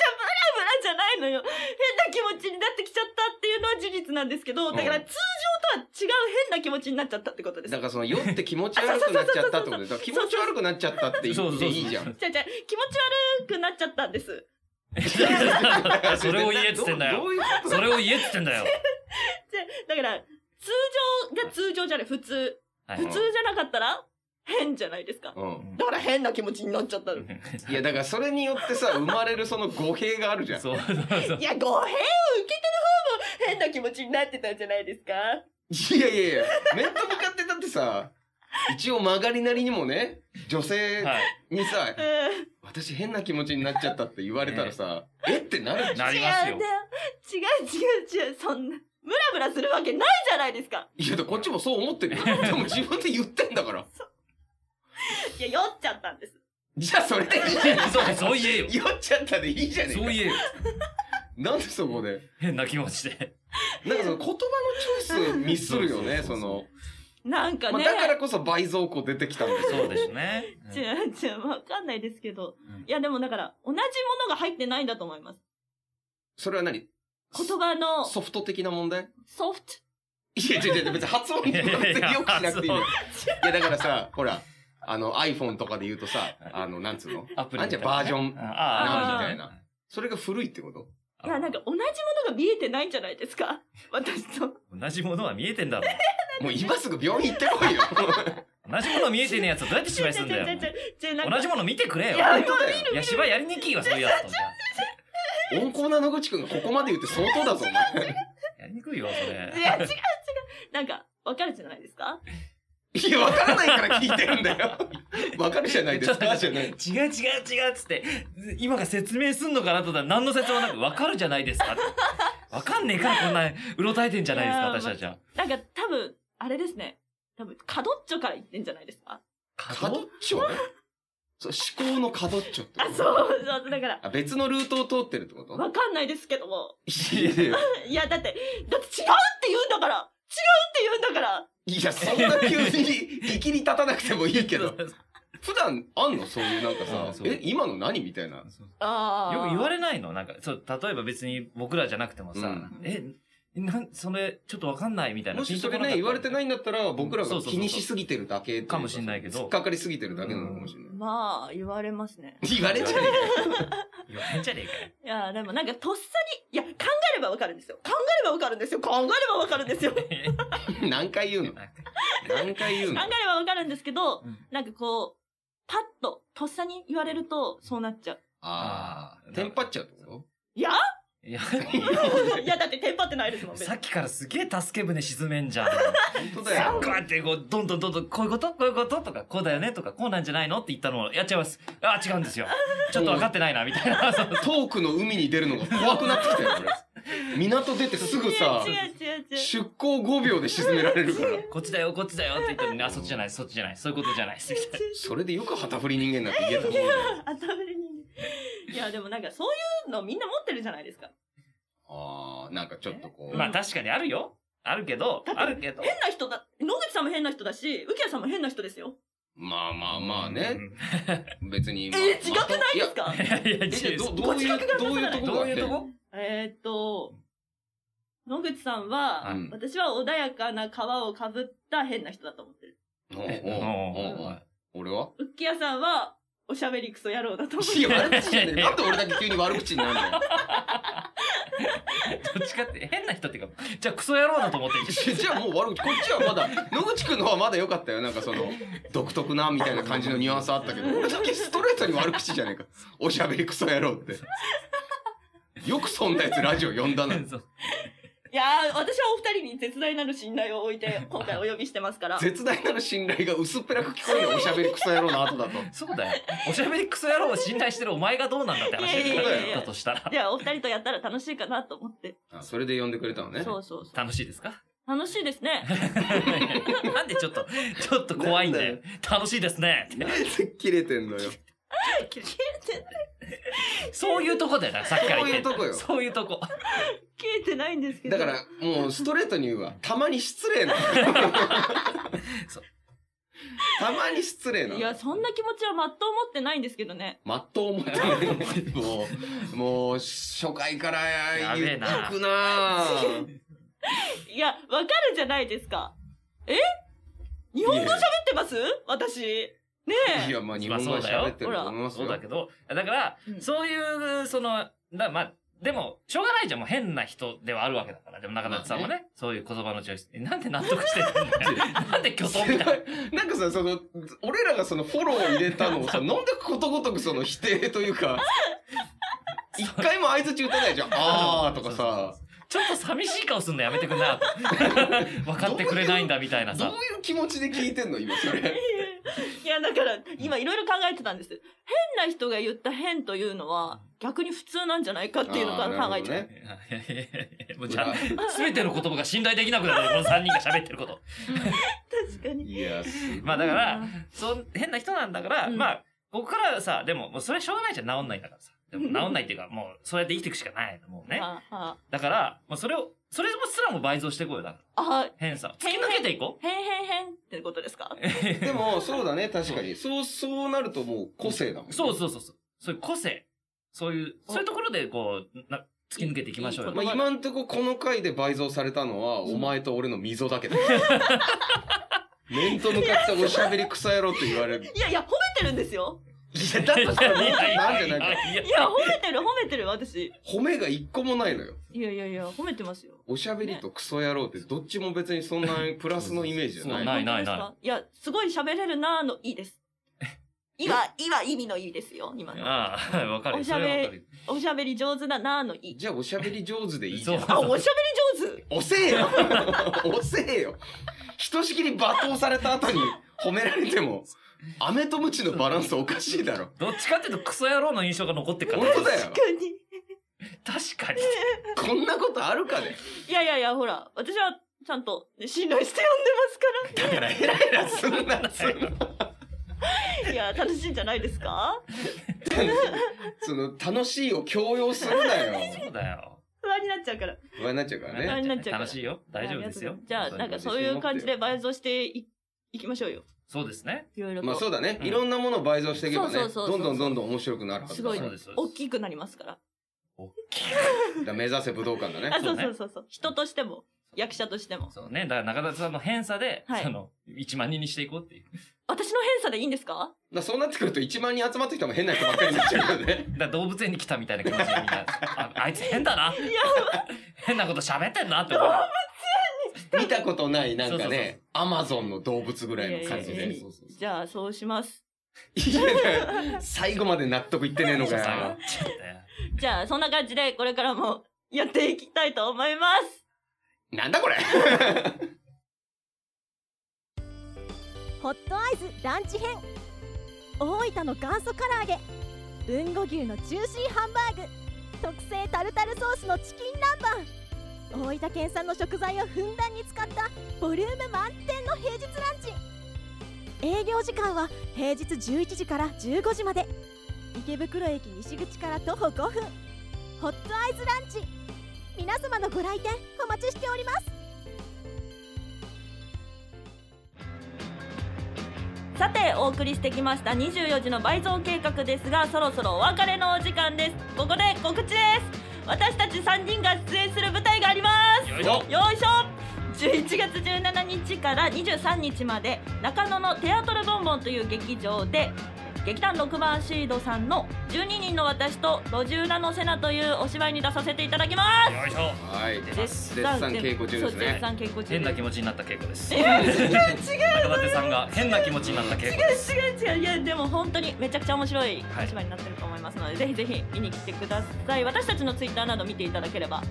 Speaker 1: じゃないのよ。変な気持ちになってきちゃったっていうのは事実なんですけど、だから
Speaker 2: うん
Speaker 1: 通常とは違う変な気持ちになっちゃったってことです。
Speaker 2: だからその酔って気持ち悪くなっちゃったってことで、だから気持ち悪くなっちゃったって言っていいじゃん。
Speaker 1: じゃじゃ気持ち悪くなっちゃったんです。
Speaker 3: それを言えっつってんだ
Speaker 2: どうどう
Speaker 3: よ。
Speaker 2: いうこと
Speaker 3: それを言えっつってんだよ。
Speaker 1: で、だから、通常が通常じゃない、普通。
Speaker 3: はい
Speaker 1: 普通じゃなかったら、変じゃないですか。
Speaker 2: うん。
Speaker 1: だから変な気持ちになっちゃったの。
Speaker 2: いや、だからそれによってさ、生まれるその語弊があるじゃん。
Speaker 3: そうそうそう
Speaker 1: い。や、語弊を受けてる方も変な気持ちになってたんじゃないですか
Speaker 2: いやいやいや、面と向かってだってさ、一応曲がりなりにもね、女性
Speaker 3: は
Speaker 2: にさ、
Speaker 1: うん。
Speaker 2: 私変な気持ちになっちゃったって言われたらさ、えってなる
Speaker 3: い。
Speaker 2: じゃん
Speaker 3: なります
Speaker 1: 違う
Speaker 3: よ
Speaker 1: んだ。よ。違う違う違う。そんな、ムラムラするわけないじゃないですか。
Speaker 2: いや、こっちもそう思ってるよ。でも自分で言ってんだから。
Speaker 1: いや、酔っちゃったんです。
Speaker 2: じゃあそれでいいじゃん。
Speaker 3: そう、そう言えよ。
Speaker 2: 酔っちゃったでいいじゃね
Speaker 3: そう言
Speaker 2: え
Speaker 3: えよ。
Speaker 2: か。なんでそこで。
Speaker 3: 変な気持ちで。
Speaker 2: なんかその言葉のチョイスミスるよね、そう
Speaker 3: そそうそう
Speaker 2: の。
Speaker 1: なんか
Speaker 2: まあ
Speaker 1: ね。
Speaker 2: だからこそ倍増庫出てきたんだけど。
Speaker 3: そうですね。
Speaker 1: 違う違う、わかんないですけど
Speaker 3: うん。
Speaker 1: いや、でもだから、同じものが入ってないんだと思います。
Speaker 2: それは何
Speaker 1: 言葉の
Speaker 2: ソフト的な問題
Speaker 1: ソフト。
Speaker 2: いや、違う違う、別に発音とか別によくしなくていいのよ。いや、だからさ、ほら、あの iPhone とかで言うとさ、あの、なんつうの
Speaker 3: アプリ
Speaker 2: あん
Speaker 3: み
Speaker 2: じ
Speaker 3: た
Speaker 2: ゃんバ
Speaker 3: いな
Speaker 2: ージョン。
Speaker 3: ああ、
Speaker 1: あー
Speaker 3: みたいな。
Speaker 2: それが古いってこと
Speaker 1: いや、なんか同じものが見えてないんじゃないですか私と。
Speaker 3: 同じものは見えてんだろ。
Speaker 2: もう今すぐ病院行ってこいよ。
Speaker 3: 同じもの見えてねえやつをどうやって芝居すんだよ。
Speaker 1: じゃなんか
Speaker 3: 同じもの見てくれよ。
Speaker 1: いや
Speaker 2: 本当だよ。
Speaker 3: いや、芝居やりにきいわ、そういうやつとか。
Speaker 2: 温厚な野口くんがここまで言って相当だぞ、お前。
Speaker 3: やりにくいよ、それ
Speaker 1: い。や、違う違う。なんか、わかるじゃないですか
Speaker 2: いや、わからないから聞いてるんだよ。わかるじゃないですか、じゃない。
Speaker 3: 違う違う違うっつって、今が説明すんのかなと思ったら何の説もなく、わかるじゃないですかって。わかんねえからこんな、うろたえてんじゃないです
Speaker 1: い
Speaker 3: か、
Speaker 1: やー
Speaker 3: 私たちは。
Speaker 1: なんか、多分、あれですね。多分、カドッチョから言ってんじゃないですか
Speaker 2: カドッチョねそう、思考のカドッチョって
Speaker 1: あ
Speaker 2: こ、
Speaker 1: そ
Speaker 2: と
Speaker 1: う、そう、だから、
Speaker 2: あ、別のルートを通ってるってこと
Speaker 1: わかんないですけども。
Speaker 2: いやいや
Speaker 1: いや、だって、だって違うって言うんだから違うって言うんだから
Speaker 2: いや、そんな急に、いきり立たなくてもいいけど。普段あんのそういうなんかさ
Speaker 3: あそ、う
Speaker 2: え、今の何みたいな。
Speaker 1: あ
Speaker 3: よく言わ
Speaker 1: れ
Speaker 3: れないのなんか、そう、例えば別に僕らじゃなくてもさ、
Speaker 2: うん
Speaker 3: え、なんそれちょっとわかんないみたいな
Speaker 2: もしそれ
Speaker 3: ピンとこなか
Speaker 2: ね、
Speaker 3: った
Speaker 2: 言われてないんだったら、僕ら
Speaker 3: そ
Speaker 2: が
Speaker 3: うそうそう
Speaker 2: 気にしすぎてるだけっていう
Speaker 3: かもしんないけど
Speaker 2: 引っかかりすぎてるだけなのかもしれない。
Speaker 1: まあ言われますね
Speaker 2: 言われちゃうよ。
Speaker 3: 言われんじゃねえ
Speaker 1: いやでもなんかとっさにいや考えればわかるんですよ考えればわかるんですよ考えればわかるん ですよ考
Speaker 3: かよ
Speaker 2: 何回 言うの何回言う
Speaker 1: え
Speaker 2: の
Speaker 1: ればわかるんですけど、
Speaker 3: うん
Speaker 1: なんかこうパッととっさに言われるとそうなっ ちゃう
Speaker 2: あ
Speaker 3: あー
Speaker 2: あ。テンパっちゃうってこ
Speaker 1: いや
Speaker 3: いや
Speaker 1: いやだってテンパってないですもん別に
Speaker 3: さっきからすげえ助け舟沈めんじゃん。
Speaker 2: と本当だ
Speaker 3: さ
Speaker 2: よ
Speaker 3: あ。こうやってこう、どんどんどんどん、こういうことこういうこととか、こうだよねとか、こうなんじゃないのって言ったのをやっちゃいます。ああ、違うんですよ。ちょっと分かってないな、みたいな。そう
Speaker 2: トークの海に出るのが怖くなってきたよ、 俺。港出てすぐさ
Speaker 1: 違、う違う違う違う
Speaker 2: 出港5秒で沈められる から。
Speaker 3: こっちだよ、こっちだよって言ったのに、あ、そっちじゃない、そっちじゃない、そういうことじゃない、みたい
Speaker 2: それでよく旗振り人間なんて言えたもんだよ。
Speaker 1: 頭にいやでもなんかそういうのみんな持ってるじゃないですか
Speaker 2: ああ、なんかちょっとこう。
Speaker 3: な。まあ確かにあるよ。あるけど、あるけど。
Speaker 1: 変な人だ野口さんも変な人だし右京さんも変な人ですよ
Speaker 2: まあまあまあね。別に。
Speaker 1: え
Speaker 2: まあ
Speaker 1: ー、違くないですか
Speaker 3: うん。いやいや、
Speaker 2: えじゃ
Speaker 3: 違う
Speaker 2: あどどういう、どういうとこ
Speaker 3: ど
Speaker 2: があっ
Speaker 3: ういう
Speaker 2: て
Speaker 3: とこ
Speaker 1: えーっと、野口さんは、
Speaker 2: うん
Speaker 1: 私は穏やかな皮をかぶった変な人だと思ってる。
Speaker 2: おう
Speaker 3: え
Speaker 2: おうおうお
Speaker 3: お
Speaker 2: う俺は
Speaker 1: うっきやさんは、おしゃべりクソ野郎だと思っ
Speaker 2: い
Speaker 1: て
Speaker 2: や、
Speaker 1: る。
Speaker 2: 悪口じゃね え。なんで俺だけ急に悪口になるのよ。
Speaker 3: どっちかって、変な人っていうか、じゃあクソ野郎だと思ってるじ
Speaker 2: じゃあもう悪口。こっちはまだ、野口くんのはまだ良かったよ。なんかそ の、独特な、みたいな感じのニュアンスあったけど、俺だけストレートに悪口じゃねえか。おしゃべりクソ野郎って。よくそんなやつラジオ呼んだ
Speaker 3: ゃ
Speaker 2: な。
Speaker 3: ん。そう
Speaker 1: いやー、私はお二人に絶大なる信頼を置いて、今回お呼びしてますから。
Speaker 2: 絶大なる信頼が薄っぺらく聞こえるおしゃべりクソ野郎の後だと。
Speaker 3: そうだよ。おしゃべりクソ野郎を信頼してるお前がどうなんだって話
Speaker 1: い
Speaker 2: やいやいや
Speaker 3: だとしたら。
Speaker 1: じゃあ、お二人とやったら楽しいかなと思って。
Speaker 2: あそれで呼んでくれたのね。
Speaker 1: そうそうそう。
Speaker 3: 楽しいですか
Speaker 1: 楽しいです ね。
Speaker 3: なんでちょっと、ちょっと怖いんだよ。楽しいですね。
Speaker 2: なんで切れてんのよ。
Speaker 1: 切れて、
Speaker 3: そういうとこだよな、さっきから言ってんの
Speaker 2: そういうとこよ
Speaker 3: そういうとこ。
Speaker 1: 切れてないんですけど。
Speaker 2: だから、もうストレートに言うわ。たまに失礼なの
Speaker 3: そう
Speaker 2: たまに失礼なの
Speaker 1: いや、そんな気持ちはまっとう思ってないんですけどね。
Speaker 2: まっとう思ってない。もう、もう、初回から言っとくなぁ。
Speaker 1: いや、わかるじゃないですか。え日本語喋ってます私。ねえ。
Speaker 2: いや、まあ、日本語は喋ってると思います
Speaker 3: そう
Speaker 2: よ
Speaker 3: だ。けど、だから、
Speaker 1: うん
Speaker 3: そういう、その、だまあ、でも、しょうがないじゃん。もう変な人ではあるわけだから。でも中田さんもね、そういう言葉のチョイス。えなんで納得 してるんだよ。なんで巨頭みたい
Speaker 2: な
Speaker 3: な。
Speaker 2: んかさ、その、俺らがそのフォローを入れたのをさ、なんでことごとくその否定というか、一回も相槌打たないじゃん。あーとかさ、
Speaker 3: ちょっと寂しい顔すんのやめてくん な。分かってくれないんだみたいな
Speaker 2: どう
Speaker 3: さ。
Speaker 2: いう気持ちで聞いてんの今、それ。
Speaker 1: いや、だから、今いろいろ考えてたんです。変な人が言った変というのは、逆に普通なんじゃないかっていうのから考えて
Speaker 2: あーな
Speaker 1: た。
Speaker 2: るほどね
Speaker 3: いやいやいやいやもうじゃあ、すべての言葉が信頼できなくなる。この3人が喋ってること。
Speaker 1: 確かに。
Speaker 2: いや、すごい
Speaker 3: まあだから、そん変な人なんだから、
Speaker 1: うん
Speaker 3: まあ、ここからはさ、でも、もうそれはしょうがないじゃん、治んないんだからさ。でも治んないっていうか、もう、そうやって生きていくしかない。もうね。
Speaker 1: ああ
Speaker 3: だから、まあ、それを、それもすらも倍増していこうよ、だから。
Speaker 1: あ、
Speaker 3: 変さ。突き
Speaker 1: 変
Speaker 3: 抜けていこ
Speaker 1: 変変変ってことですか
Speaker 2: でも、そうだね、確かに。そう、そうなるともう個性だもん、
Speaker 3: う。
Speaker 2: ね。
Speaker 3: そうそうそうそう。そういう個性。そういう、
Speaker 1: お
Speaker 3: そういうところで、こう、な、突き抜けていきましょうよ。
Speaker 1: いいいい
Speaker 2: まあ、今んとここの回で倍増されたのは、お前と俺の溝だけだ。面と向かっておしゃべり草野郎って言われる。い
Speaker 1: いやいや、褒めてるんですよ。
Speaker 2: や、だとしたらもうなんじゃないか。
Speaker 3: いや
Speaker 1: いや、褒めてる、褒めてる、私。
Speaker 2: 褒めが一個もないのよ。
Speaker 1: いやいやいや、褒めてますよ。
Speaker 2: おしゃべりとクソ野郎ってどっちも別にそんなプラスのイメージじゃ
Speaker 3: そう
Speaker 2: ない。
Speaker 3: ないな
Speaker 1: 本
Speaker 3: い
Speaker 1: 当ですかいや、すごい喋れるなーの、いい です。いは、いは意味のいいですよ、今の。
Speaker 3: ああ、わかるよ。
Speaker 1: おしゃべり
Speaker 3: それはわかるよ
Speaker 1: おしゃべり上手だなーの、い い。
Speaker 2: じゃあおしゃべり上手でいいじゃん
Speaker 3: そ。う
Speaker 1: あ、おしゃべり上手
Speaker 2: 遅えよ遅えよひとしきり罵倒された後に褒められても、飴とムチのバランスおかしいだろ。
Speaker 3: どっちかっていうと、クソ野郎の印象が残ってるか
Speaker 2: 本
Speaker 3: ら。
Speaker 2: 当だよ
Speaker 1: 確。かに。
Speaker 3: 確かに。
Speaker 2: こんなことあるかね。
Speaker 1: いやいやいや、ほら、私はちゃんとね信頼して呼んでま
Speaker 2: だからヘラヘラすんな、すんな。
Speaker 1: すから。いや、楽しいんじゃないですか
Speaker 2: その、楽しいを強要するなよ。
Speaker 3: そうだよ。
Speaker 1: 不安になっちゃうから。
Speaker 2: 不安になっちゃうから
Speaker 1: 不安
Speaker 2: ね。
Speaker 1: になっちゃうから
Speaker 3: 楽しいよ。大丈夫ですよ。
Speaker 1: じゃあ、なんかそういう感じで倍増していいきましょうよ。
Speaker 3: そうですね。
Speaker 1: いろいろと。
Speaker 2: まあそうだね。
Speaker 3: うん
Speaker 2: いろんなものを倍増していけばね、
Speaker 1: そうそうそうそう
Speaker 2: どんどんどんどん面白くなるはず
Speaker 1: す
Speaker 2: だ
Speaker 1: ご
Speaker 2: か
Speaker 1: い
Speaker 2: ら。
Speaker 3: そうですそうです
Speaker 1: 大きくなりますから。
Speaker 3: 大きい。
Speaker 2: ら目指せ武道館だね
Speaker 1: あ、。
Speaker 3: そ
Speaker 1: そうう
Speaker 3: ね
Speaker 1: そうそうそう。人としても、役者としても。
Speaker 3: そうね。だから中田さんの偏差で、
Speaker 1: はい
Speaker 3: その、1万人にしていこうっていう。
Speaker 1: 私の偏差でいいんですか
Speaker 2: だからそうなってくると1万人集まってきたも変な人ばっかりになっちゃうからね。
Speaker 3: だから動物園に来たみたいな気持ちでみんな、ああいつ変だな。変なこと喋ってんなって思う。
Speaker 2: 見たことないなんか
Speaker 3: そうそうそう
Speaker 2: ね、アマゾンの動物ぐらいの感じ
Speaker 1: いやいや
Speaker 2: で。
Speaker 1: いや
Speaker 2: そうそうそう
Speaker 1: じゃあ、そうします。
Speaker 2: いやだから最後まで納得いってねえのか
Speaker 3: そう
Speaker 2: よ
Speaker 3: 下。がっちゃったよ
Speaker 1: じゃあ、そんな感じで、これからもやっていきたいと思います。
Speaker 2: なんだこれ
Speaker 4: ホットアイズランチ編大分の元祖唐揚げ豊後牛のジューシーハンバーグ特製タルタルソースのチキン南蛮大分県産の食材をふんだんに使ったボリューム満点の平日ランチ営業時間は平日11時から15時まで池袋駅西口から徒歩5分ホットアイズランチ皆様のご来店お待ちしております
Speaker 1: さて、お送りしてきました24時の倍増計画ですが、そろそろお別れのお時間です。ここで告知です。私たち3人が出演する舞台があります。
Speaker 3: よいしょ。
Speaker 1: よいしょ11月17日から23日まで中野のテアトルボンボンという劇場で劇団6番シードさんの12人の私と路地裏のセナというお芝居に出させていただきま
Speaker 3: よいしょ。
Speaker 2: はい。
Speaker 1: す
Speaker 2: 絶賛稽古中です
Speaker 1: そう絶
Speaker 2: ね。
Speaker 1: 賛稽古中
Speaker 3: 変な
Speaker 1: 違
Speaker 3: 気持ちになった稽古です。
Speaker 1: 違う
Speaker 3: 中舘さんが変な気持ちになった稽古です。
Speaker 1: う違ういやでも本当にめちゃくちゃ面白い
Speaker 3: はい
Speaker 1: お芝居になってると思いますので、ぜひぜひ見に来てください私たちのツイッターなど見ていただければ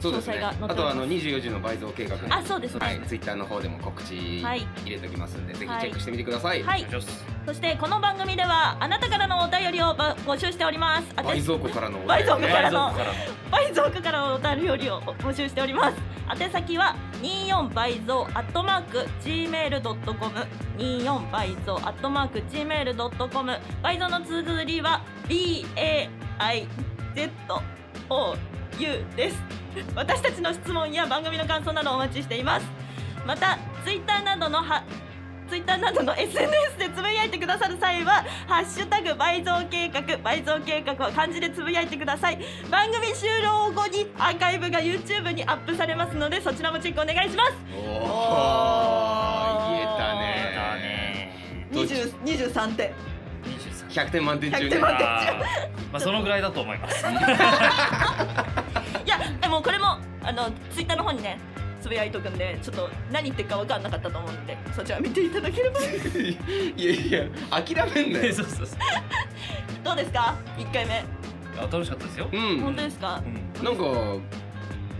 Speaker 2: そうです
Speaker 1: 詳細が
Speaker 2: ね。
Speaker 1: 載っております
Speaker 2: あとはあの24時の倍増計画ね
Speaker 1: あそうですね
Speaker 2: はい。ツイッターの方でも告知
Speaker 1: は
Speaker 2: 入
Speaker 1: い
Speaker 2: れておきますんで、ぜひチェックしてみてください。
Speaker 1: は
Speaker 3: よいしょっす
Speaker 1: そしてこの番組ではあなたからのお便りをば募集しております宛先
Speaker 2: 倍増庫からのお
Speaker 1: 倍増庫
Speaker 2: ね
Speaker 1: からの
Speaker 3: 冷蔵庫からの
Speaker 1: 倍増区からお便りを募集しております宛先は24倍増アットマーク gmail.com 24倍増アットマーク gmail.com 倍増の綴りは BAIZOU です私たちの質問や番組の感想などお待ちしていますまたツイッターなどのはツイッターなどの SNS でつぶやいてくださる際は「ハッシュタグ倍増計画」倍増計画を漢字でつぶやいてください番組終了後にアーカイブが YouTube にアップされますのでそちらもチェックお願いします
Speaker 2: おお言えたね。
Speaker 3: 出たね。
Speaker 1: 20 23点
Speaker 3: 二十三。
Speaker 2: 100点満点中
Speaker 1: 100点
Speaker 2: ね
Speaker 1: 満。点
Speaker 3: あーまあそのぐらいだと思います。
Speaker 1: いやでもこれもあのツイッターの方にねつぶやいとくんでちょっと何言ってるか分かんなかったと思うんでそちら見ていただけれ ば
Speaker 2: いやいや、諦めんなよ。
Speaker 3: そうそうそう。
Speaker 1: どうですか一回目
Speaker 3: あ楽しかったですよ。
Speaker 2: う
Speaker 1: 本
Speaker 2: ん。
Speaker 1: 当ですか
Speaker 3: うん。
Speaker 2: なんか、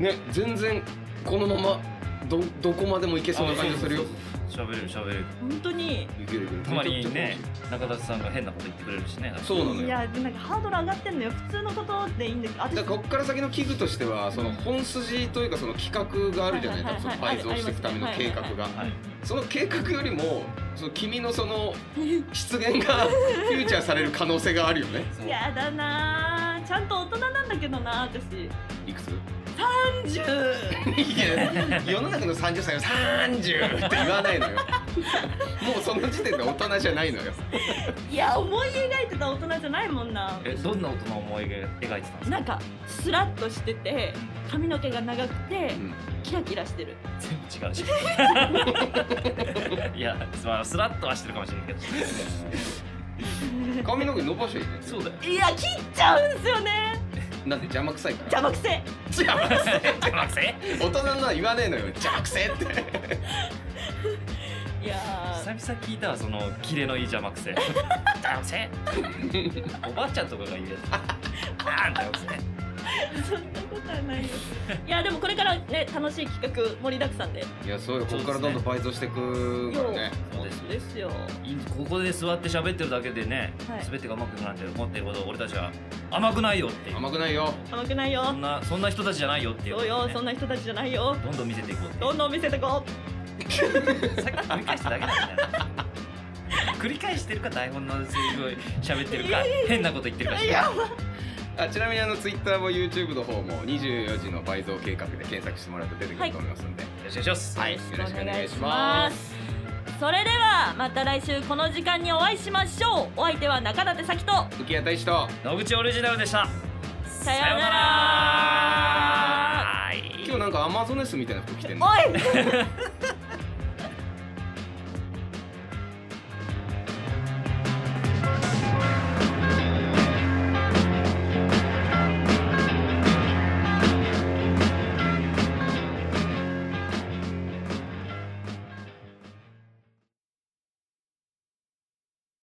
Speaker 2: ね、全然このままど、どこまでもいけそうな感じがするよ。
Speaker 3: 喋れる喋れる。
Speaker 1: 本当に
Speaker 2: いけるいける
Speaker 3: たまにね中田さんが変なこと言ってくれるしね。
Speaker 2: そうなの
Speaker 1: い
Speaker 2: よ
Speaker 1: やでもなんかハードル上がってんのよ普通のことでいいんだけどあ
Speaker 2: だからこっから先の器具としてはその本筋というかその企画があるじゃない
Speaker 1: はい
Speaker 2: 多
Speaker 1: は
Speaker 2: 分
Speaker 1: い
Speaker 2: そ
Speaker 1: は
Speaker 2: の
Speaker 1: い
Speaker 2: 倍増していくための計画
Speaker 1: はいは
Speaker 2: が
Speaker 3: はい。
Speaker 2: その計画よりもその君のそ の出現がフューチャーされる可能性があるよね
Speaker 3: そう
Speaker 1: やだなーちゃんと大人なんだけどな私
Speaker 2: いくつ
Speaker 1: 30
Speaker 2: いや世の中の30歳は30って言わないのよもうその時点で大人じゃないのよ
Speaker 1: いや思い描いてた大人じゃないもんな
Speaker 3: えどんな大人を思い描いてたんですか。
Speaker 1: なんかスラッとしてて髪の毛が長くて
Speaker 2: うん
Speaker 1: キラキラしてる
Speaker 3: 全部違うし。 いやまあスラッとはしてるかもしれないけど。
Speaker 2: 髪の毛伸ばしゃいいね
Speaker 3: そうだよ。
Speaker 1: いや切っちゃうんすよね
Speaker 2: なんで邪魔くさいから
Speaker 1: 邪魔くせえ
Speaker 2: 邪魔くせえ
Speaker 3: 学生。
Speaker 2: 大人のは言わねえのよ邪魔くせえって
Speaker 1: いや
Speaker 3: 久々聞いたわそのキレのいい邪魔くせ邪魔くせおばあちゃんとかが言うやつあん邪魔くせ
Speaker 1: ーそんなことはないよいやでもこれからね楽しい企画盛りだくさんで
Speaker 2: いやそうよここからどんどん倍増していくからね
Speaker 3: そうですね
Speaker 1: ですよ
Speaker 3: いいここで座って喋ってるだけでね、
Speaker 1: はい
Speaker 3: 全てが甘くなって思ってるほど俺たちは甘くないよっていう
Speaker 2: 甘くないよ
Speaker 1: 甘くない
Speaker 3: そ
Speaker 1: よ
Speaker 3: んなそんな人たちじゃないよっていう
Speaker 1: そうよそん
Speaker 3: な
Speaker 1: な人たちじゃないよ
Speaker 3: どんどん見せていこうって
Speaker 1: どんどん見せてこ
Speaker 3: さっき繰り返しただけだからね繰り返してるか台本のすごい喋ってるか変なこと言ってるか
Speaker 1: ういや
Speaker 2: あちなみにあのツイッターも YouTube の方も24時の倍増計画で検索してもらうと出てくると思いますんで、
Speaker 3: よろしくお願いします、
Speaker 2: はい
Speaker 1: よ
Speaker 2: よ
Speaker 1: ろしく
Speaker 2: ろしくお
Speaker 1: お
Speaker 2: 願
Speaker 1: 願
Speaker 2: い
Speaker 1: い
Speaker 2: し
Speaker 1: し
Speaker 2: ま
Speaker 1: ますすそれではまた来週この時間にお会いしましょうお相手は中立咲と
Speaker 2: 浮谷大使と
Speaker 3: 野口オリジナルでした
Speaker 1: ささようなら
Speaker 3: ら
Speaker 2: 今日なんかアマゾネスみたいな服着てんの
Speaker 1: おい